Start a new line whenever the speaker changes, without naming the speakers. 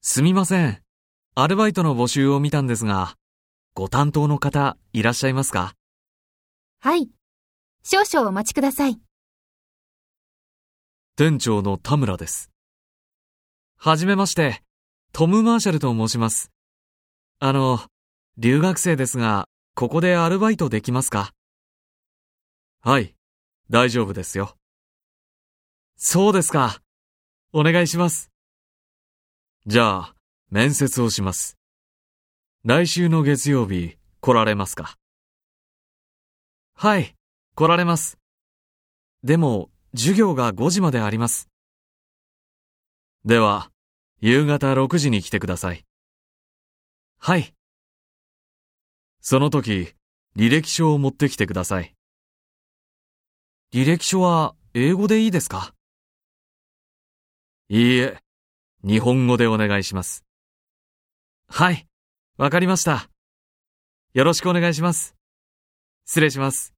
すみません。アルバイトの募集を見たんですが、ご担当の方いらっしゃいますか
はい。少々お待ちください。
店長の田村です。はじめまして、トム・マーシャルと申します。あの、留学生ですが、ここでアルバイトできますかはい、大丈夫ですよ。そうですか。お願いします。じゃあ、面接をします。来週の月曜日、来られますかはい、来られます。でも、授業が5時まであります。では、夕方6時に来てください。はい。その時、履歴書を持ってきてください。履歴書は英語でいいですかいいえ、日本語でお願いします。はい、わかりました。よろしくお願いします。失礼します。